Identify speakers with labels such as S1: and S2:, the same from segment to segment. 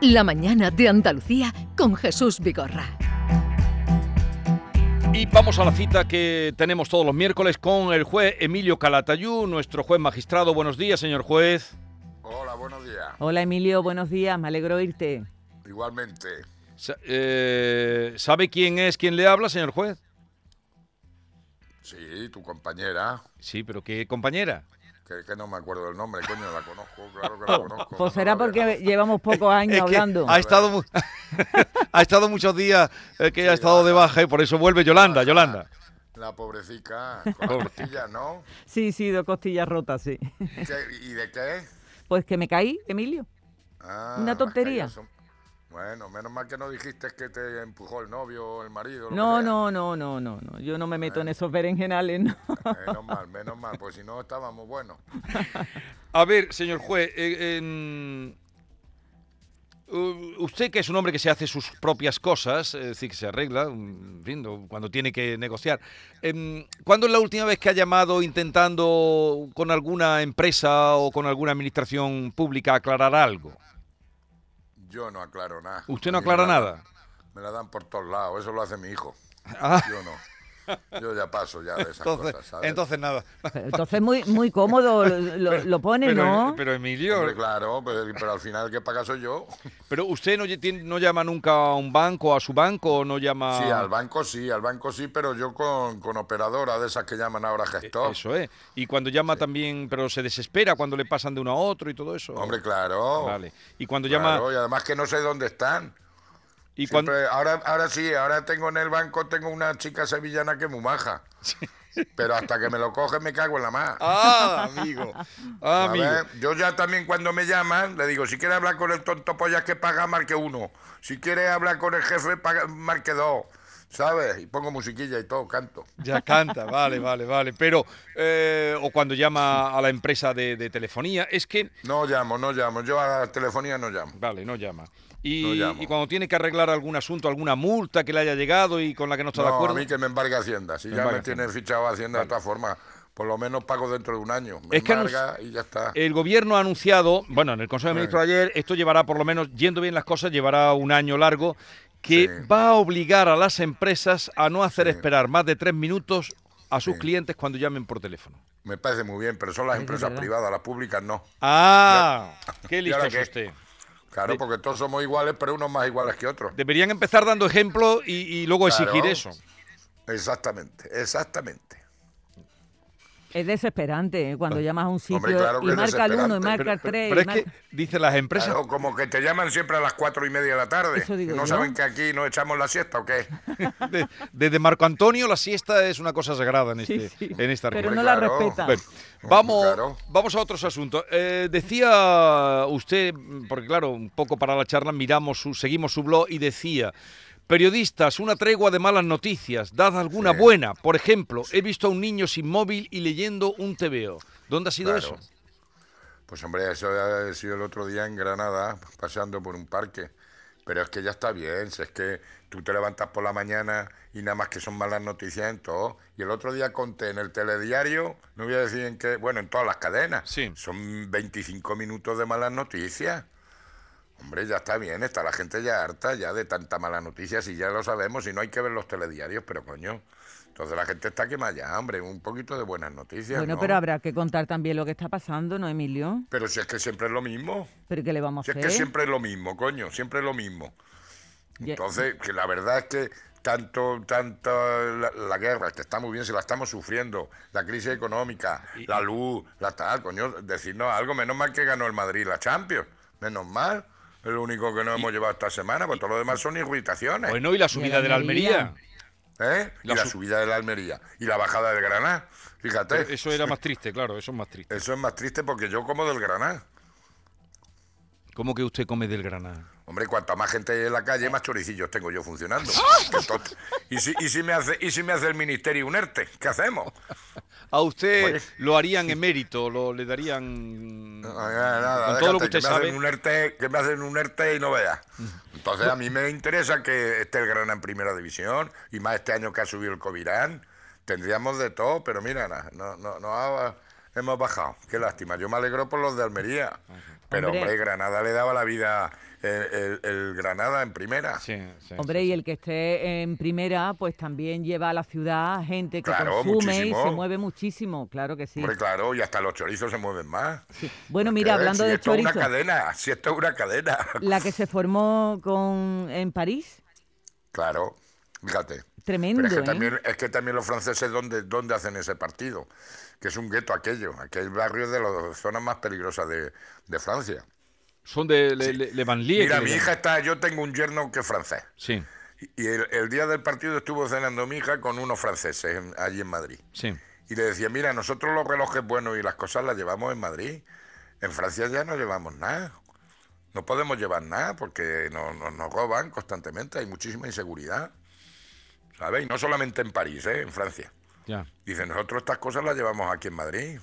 S1: La mañana de Andalucía con Jesús Vigorra.
S2: Y vamos a la cita que tenemos todos los miércoles con el juez Emilio Calatayú, nuestro juez magistrado. Buenos días, señor juez.
S3: Hola, buenos días.
S4: Hola Emilio, buenos días, me alegro oírte.
S3: Igualmente,
S2: Sa- eh, ¿Sabe quién es quien le habla, señor juez?
S3: sí, tu compañera,
S2: Sí, pero qué compañera.
S3: que, que no me acuerdo del nombre, coño, la conozco, claro que la conozco.
S4: Pues
S3: no
S4: será
S3: la
S4: porque
S3: verás.
S4: llevamos pocos años
S5: Es que
S4: hablando.
S5: Ha estado, mu- ha estado muchos días eh, que ha estado de baja y por eso vuelve Yolanda, Yolanda.
S3: La pobrecita, con la costilla, ¿no?
S4: Sí, sí, dos costillas rotas, sí.
S3: ¿Qué- ¿Y de qué?
S4: Pues que me caí, Emilio.
S3: Ah,
S4: Una
S3: las
S4: tontería.
S3: caídas son- Bueno, menos mal que no dijiste que te empujó el novio o el marido. lo
S4: No,
S3: que sea.
S4: no, no, no, no, no. Yo no me meto en esos berenjenales, no.
S3: Menos mal, menos mal, pues si no estábamos buenos.
S2: A ver, señor juez, eh, em, u- usted que es un hombre que se hace sus propias cosas, es decir, que se arregla, en fin, o cuando tiene que negociar, em, ¿cuándo es la última vez que ha llamado intentando con alguna empresa o con alguna administración pública aclarar algo?
S3: Yo no aclaro nada.
S2: ¿Usted no
S3: A mí me
S2: aclara
S3: la-
S2: nada?
S3: Me la dan por todos lados, eso lo hace mi hijo.
S2: Ah.
S3: Yo no. Yo ya paso ya de esas
S5: Entonces,
S3: cosas, ¿sabes?
S5: entonces nada.
S4: Pero entonces muy, muy cómodo lo, lo- lo pone,
S2: pero,
S4: ¿no?
S2: pero Emilio,
S3: Hombre, claro, pero, pero al final el que paga soy yo.
S2: pero usted no, lle- tiene- no llama nunca a un banco, a su banco, o no llama...
S3: Sí, al banco sí, al banco sí, pero yo con, con operadora de esas que llaman ahora gestor.
S2: Eh, Eso es. Y cuando llama también, pero se desespera cuando le pasan de uno a otro y todo eso.
S3: Hombre, claro.
S2: Ah, Vale. Y cuando
S3: claro,
S2: llama
S3: Y además que no sé dónde están.
S2: y cuando
S3: Siempre- ahora, ahora sí, ahora tengo en el banco tengo una chica sevillana que es muy maja. Pero hasta que me lo coge me cago en la mar.
S2: Ah, amigo. Ah,
S3: A
S2: amigo.
S3: ver, yo ya también cuando me llaman, le digo, si quieres hablar con el tonto pollas que paga, marque uno. Si quieres hablar con el jefe, paga- marque dos. ¿Sabes? Y pongo musiquilla y todo, canto.
S2: Ya canta, vale, vale, vale. Pero, eh, o cuando llama a la empresa de, de telefonía, es que,
S3: No llamo, no llamo. Yo a la telefonía no llamo.
S2: vale, no llama. Y,
S3: No llamo.
S2: y cuando tiene que arreglar algún asunto, alguna multa que le haya llegado y con la que no está de
S3: No, a
S2: acuerdo.
S3: mí que me embargue Hacienda. Si
S2: Me
S3: ya me
S2: embarga
S3: tienen fichado Hacienda de esta forma, por lo menos pago dentro de un año. Me
S2: Es que Eh, anunci-
S3: embarga y ya está.
S2: El gobierno ha anunciado, bueno, en el Consejo de Ministros ayer, esto llevará por lo menos, yendo bien las cosas, llevará un año largo, que
S3: Sí.
S2: va a obligar a las empresas a no hacer esperar más de tres minutos a sus
S3: Sí.
S2: clientes cuando llamen por teléfono.
S3: Me parece muy bien, pero son las
S4: Es
S3: empresas
S4: verdad.
S3: privadas, las públicas no.
S2: Ah, qué
S3: ¿Y ahora
S2: listo es
S3: qué?
S2: usted.
S3: Claro, porque todos somos iguales, pero unos más iguales que otros.
S2: Deberían empezar dando ejemplo y, y luego
S3: Claro.
S2: exigir eso.
S3: Exactamente, exactamente.
S4: Es desesperante ¿eh? cuando llamas a un sitio
S3: claro que
S4: y
S3: es
S4: marca el uno y
S3: desesperante.
S4: marca el
S2: Pero,
S4: tres.
S2: pero
S4: y
S2: es que
S4: marca-
S2: dicen las empresas.
S3: Claro, como que te llaman siempre a las cuatro y media de la tarde.
S4: Eso digo
S3: ¿No
S4: yo.
S3: saben que aquí nos echamos la siesta o qué?
S2: de- desde Marco Antonio la siesta es una cosa sagrada en,
S4: Sí,
S2: este,
S4: sí.
S2: en esta
S4: Pero
S2: región.
S4: no la
S3: claro.
S4: respeta.
S2: Bueno,
S3: Hombre,
S2: vamos,
S3: Ah. claro.
S2: vamos a otros asuntos. Eh, decía usted, porque claro, un poco para la charla miramos su, seguimos su blog y decía. Periodistas, una tregua de malas noticias, dad alguna
S3: Sí.
S2: buena. Por ejemplo, he visto a un niño sin móvil y leyendo un TVO. ¿Dónde ha sido
S3: Claro.
S2: eso?
S3: Pues hombre, eso ha sido el otro día en Granada, paseando por un parque. Pero es que ya está bien, si es que tú te levantas por la mañana y nada más que son malas noticias en todo. Y el otro día conté en el telediario, no voy a decir en qué, bueno, en todas las cadenas.
S2: Sí.
S3: Son 25 minutos de malas noticias. Hombre, ya está bien, está la gente ya harta ya de tanta mala noticia, si ya lo sabemos, y no hay que ver los telediarios, pero coño. Entonces la gente está quemada ya, hombre, un poquito de buenas noticias.
S4: bueno,
S3: ¿no?
S4: pero habrá que contar también lo que está pasando, ¿no, Emilio?
S3: Pero si es que siempre es lo mismo.
S4: Pero ¿qué le vamos
S3: Si
S4: a
S3: es
S4: hacer?
S3: que siempre es lo mismo, coño, siempre es lo mismo.
S4: Ya-
S3: Entonces, que la verdad es que tanto, tanto la, la guerra, que está muy bien, si la estamos sufriendo, la crisis económica, la luz, la tal, coño, decirnos algo, menos mal que ganó el Madrid la Champions, menos mal, es lo único que nos hemos llevado esta semana, porque todo lo demás son irritaciones.
S2: Bueno, y la subida de la Almería.
S3: ¿eh? Y
S2: la
S3: la,
S2: su-
S3: subida de la Almería y la bajada del Granada, fíjate,
S2: Eso era más triste, claro, eso es más triste.
S3: eso es más triste porque yo como del Granada.
S2: ¿Cómo que usted come del Granada?
S3: Hombre, cuanta más gente hay en la calle, más choricillos tengo yo funcionando.
S2: ¡Ah!
S3: Qué tonto. ¿Y si, y si me hace, ¿Y si me hace el ministerio un ERTE? ¿Qué hacemos?
S2: A usted
S3: Oye.
S2: lo harían emérito, lo, le darían...
S3: No, nada, nada,
S2: con todo lo que
S3: déjate,
S2: usted
S3: me
S2: sabe...
S3: hacen un ERTE, que me hacen un ERTE y no veas. Entonces a mí me interesa que esté el Granada en primera división y más este año que ha subido el Covirán. Tendríamos de todo, pero mira, na- no, no, no ha- hemos bajado. Qué lástima. Yo me alegro por los de Almería, Pero hombre,
S4: Hombre.
S3: Granada le daba la vida eh, el, el Granada en primera.
S5: Sí, sí,
S4: Hombre,
S5: sí,
S4: y
S5: sí.
S4: el que esté en primera, pues también lleva a la ciudad gente que
S3: Claro,
S4: consume y se
S3: muchísimo.
S4: mueve muchísimo, claro que sí.
S3: Hombre, claro, y hasta los chorizos se mueven más.
S4: Bueno, mira,
S3: Joder,
S4: hablando
S3: si
S4: de
S3: esto es
S4: chorizo,
S3: una cadena, si esto es una cadena.
S4: la que se formó con en París,
S3: Claro, fíjate.
S4: tremendo,
S3: Pero es
S4: ¿eh?
S3: que, también, es que también los franceses, ¿dónde, dónde hacen ese partido? Que es un gueto aquello. Aquel barrio es de las zonas más peligrosas de, de Francia.
S5: Son de Le, Le- Le Banlieue,
S3: Mira,
S5: que le
S3: mi
S5: llaman.
S3: hija está. Yo tengo un yerno que es francés.
S5: Sí,
S3: Y el, el día del partido estuvo cenando mi hija con unos franceses en- allí en Madrid.
S5: sí.
S3: Y le decía, mira, nosotros los relojes buenos y las cosas las llevamos en Madrid. En Francia ya no llevamos nada. No podemos llevar nada porque no- no- nos roban constantemente. Hay muchísima inseguridad. ¿Sabes? Y no solamente en París, ¿eh? en Francia.
S5: Ya.
S3: Dice, nosotros estas cosas las llevamos aquí en Madrid.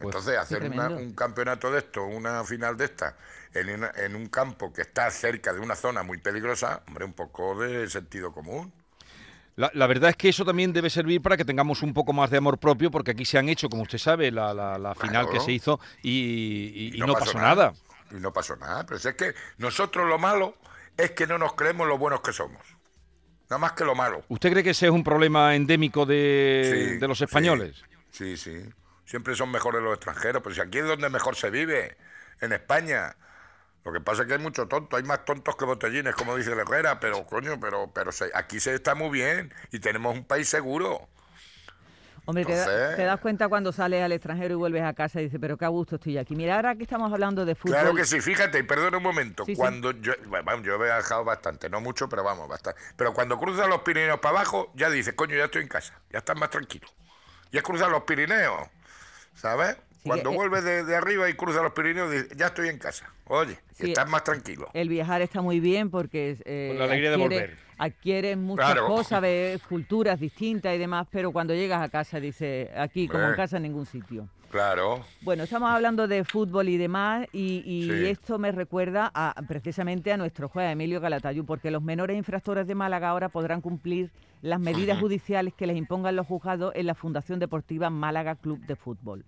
S3: Entonces, hacer una-
S4: tremendo.
S3: un campeonato de esto, una final de esta, en, una- en un campo que está cerca de una zona muy peligrosa, hombre, un poco de sentido común.
S5: La, la verdad es que eso también debe servir para que tengamos un poco más de amor propio, porque aquí se han hecho, como usted sabe, la, la- la final
S3: Claro.
S5: que se hizo y, y- y no, pasó nada.
S3: Y no pasó nada. Pero si es que nosotros lo malo es que no nos creemos lo buenos que somos. Nada más que lo malo.
S5: ¿Usted cree que ese es un problema endémico de,
S3: Sí,
S5: Eh, de los
S3: sí.
S5: españoles?
S3: Sí, sí. Siempre son mejores los extranjeros. Pero si aquí es donde mejor se vive, en España. Lo que pasa es que hay mucho tonto, hay más tontos que botellines, como dice el Herrera, pero coño, pero, pero se- aquí se está muy bien y tenemos un país seguro.
S4: Hombre, te, da-
S3: Entonces-
S4: te das cuenta cuando sales al extranjero y vuelves a casa y dices, pero qué a gusto estoy aquí. Mira, ahora que estamos hablando de fútbol,
S3: Claro que sí, fíjate, y perdona un momento.
S4: Pues Sí, sí.
S3: cuando yo, bueno, vamos, yo he viajado bastante, no mucho, pero vamos, bastante. Pero cuando cruzas los Pirineos para abajo, ya dices, coño, ya estoy en casa, ya estás más tranquilo. Y es cruzar los Pirineos, ¿sabes?
S4: Sí,
S3: cuando
S4: eh,
S3: vuelves de, de arriba y cruzas los Pirineos, dices, ya estoy en casa. Oye, y
S4: Sí,
S3: estás
S4: eh,
S3: más tranquilo.
S4: el viajar está muy bien porque... eh,
S5: Con la alegría de volver.
S4: adquieres muchas
S3: Claro.
S4: cosas, ves culturas distintas y demás, pero cuando llegas a casa dices, aquí como en
S3: Hombre.
S4: casa en ningún sitio.
S3: Claro.
S4: Bueno, estamos hablando de fútbol y demás, y, y
S3: Sí.
S4: esto me recuerda a, precisamente a nuestro juez Emilio Calatayud, porque los menores infractores de Málaga ahora podrán cumplir las medidas judiciales que les impongan los juzgados en la Fundación Deportiva Málaga Club de Fútbol.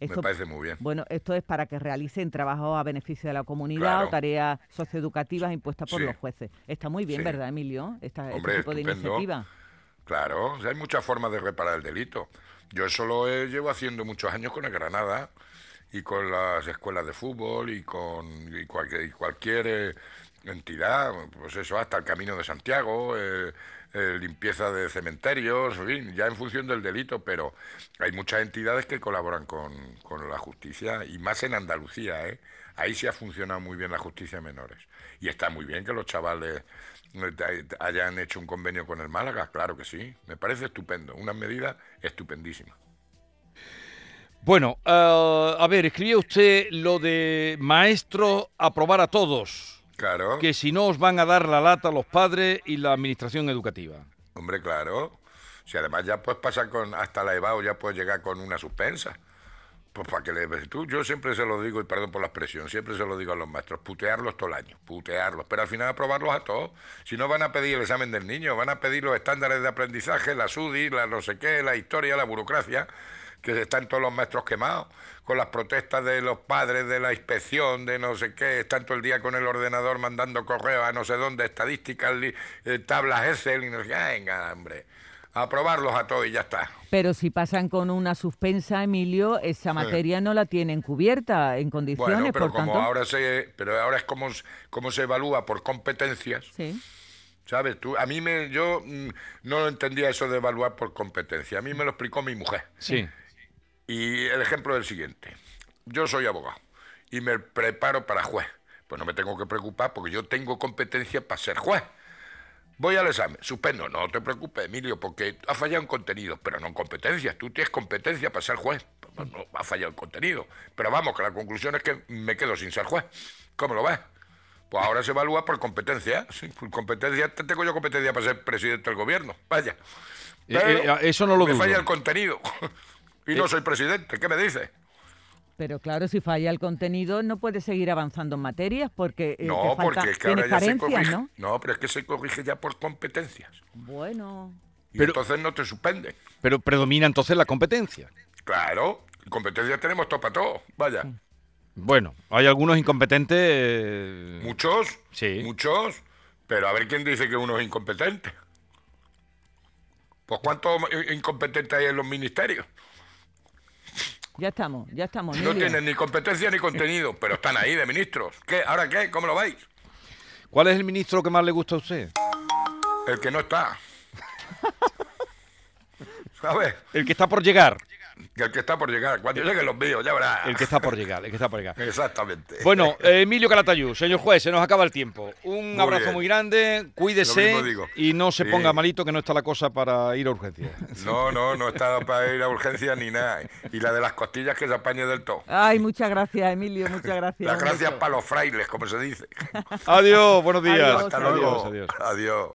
S3: me parece muy bien.
S4: Bueno, esto es para que realicen trabajos a beneficio de la comunidad
S3: Claro.
S4: o tareas socioeducativas impuestas por
S3: Sí.
S4: los jueces. Está muy bien,
S3: Sí.
S4: ¿verdad, Emilio? Esta,
S3: Hombre,
S4: este tipo de
S3: estupendo.
S4: iniciativa.
S3: Claro, o sea, hay muchas formas de reparar el delito. Yo eso lo eh, llevo haciendo muchos años con el Granada y con las escuelas de fútbol y con y cualquier, y cualquier, eh, entidad, pues eso, hasta el Camino de Santiago, eh, eh, limpieza de cementerios, en fin, ya en función del delito, pero hay muchas entidades que colaboran con, con la justicia y más en Andalucía, ¿eh? Ahí sí ha funcionado muy bien la justicia de menores. Y está muy bien que los chavales eh, te- te hayan hecho un convenio con el Málaga, claro que sí. Me parece estupendo, una medida estupendísima.
S5: Bueno, ah, a ver, escribía usted lo de maestro aprobar a todos,
S3: Claro,
S5: que si no os van a dar la lata los padres y la administración educativa.
S3: hombre, claro. Si además ya puedes pasar con, hasta la EBAO, ya puedes llegar con una suspensa. Pues para que le ves tú, yo siempre se lo digo, y perdón por la expresión, siempre se lo digo a los maestros, putearlos todo el año, putearlos, pero al final aprobarlos a todos. Si no van a pedir el examen del niño, van a pedir los estándares de aprendizaje, la SUDI, la no sé qué, la historia, la burocracia, que están todos los maestros quemados, con las protestas de los padres, de la inspección, de no sé qué, están todo el día con el ordenador mandando correos a no sé dónde, estadísticas, li- eh, tablas Excel, y no sé qué, venga, hombre, aprobarlos a todos y ya está.
S4: Pero si pasan con una suspensa, Emilio, esa materia no la tienen cubierta en condiciones,
S3: Bueno, pero
S4: por
S3: como
S4: tanto.
S3: ahora se, pero ahora es como, s- como se evalúa por competencias,
S4: Sí.
S3: ¿sabes? Tú, a mí me, yo mm, no entendía eso de evaluar por competencia. A mí me lo explicó mi mujer.
S5: Sí,
S3: Y el ejemplo es el siguiente: yo soy abogado y me preparo para juez. Pues no me tengo que preocupar porque yo tengo competencia para ser juez. Voy al examen, suspendo. No te preocupes, Emilio, porque ha fallado en contenido, pero no en competencias. Tú tienes competencia para ser juez. Pues no, ha fallado en contenido. Pero vamos, que la conclusión es que me quedo sin ser juez. ¿Cómo lo ves? Pues ahora se evalúa por competencia. ¿eh? Sí, por competencia. Tengo yo competencia para ser presidente del gobierno. Vaya.
S5: Eh, eh, eso no lo
S3: Me
S5: dudo. Eh.
S3: falla el contenido. y no soy presidente. ¿Qué me
S4: Eh,
S3: dices?
S4: Pero claro, si falla el contenido, no puedes seguir avanzando en materias porque eh,
S3: No,
S4: te falta-
S3: porque es que ahora
S4: tienes
S3: ya se
S4: carencias,
S3: corrige.
S4: ¿no?
S3: pero es que se corrige ya por competencias.
S4: Bueno,
S3: Y
S5: Pero-
S3: entonces no te suspenden.
S5: pero predomina entonces la competencia.
S2: Mm.
S3: Claro, competencias tenemos todo para todo. Vaya.
S2: Bueno, hay algunos incompetentes. eh,
S3: Muchos,
S2: Sí.
S3: muchos, pero a ver quién dice que uno es incompetente. Pues cuántos i- incompetentes hay en los ministerios.
S4: Ya estamos, ya estamos.
S3: No
S4: Emilio.
S3: tienen ni competencia ni contenido, pero están ahí de ministros. ¿Qué? ¿Ahora qué? ¿Cómo lo vais?
S2: ¿Cuál es el ministro que más le gusta a usted?
S3: El que no está. ¿Sabes?
S2: El que está por llegar.
S3: Y el que está por llegar. Cuando lleguen los míos, ya verás.
S2: El que está por llegar, el que está por llegar.
S3: Exactamente.
S2: Bueno, eh, Emilio Calatayú, señor juez, se nos acaba el tiempo. Un
S3: Muy
S2: abrazo
S3: bien.
S2: muy grande,
S3: Lo
S2: cuídese
S3: mismo digo.
S2: y no se
S3: Sí.
S2: ponga malito que no está la cosa para ir a urgencias.
S3: No, no, no está para ir a urgencia ni nada. Y la de las costillas que se apañe del todo.
S4: Ay, muchas gracias, Emilio, muchas gracias.
S3: Las
S4: un
S3: gracias
S4: beso.
S3: para los frailes, como se dice.
S2: Adiós, buenos días.
S4: Adiós,
S3: Hasta
S4: adiós,
S3: luego. adiós.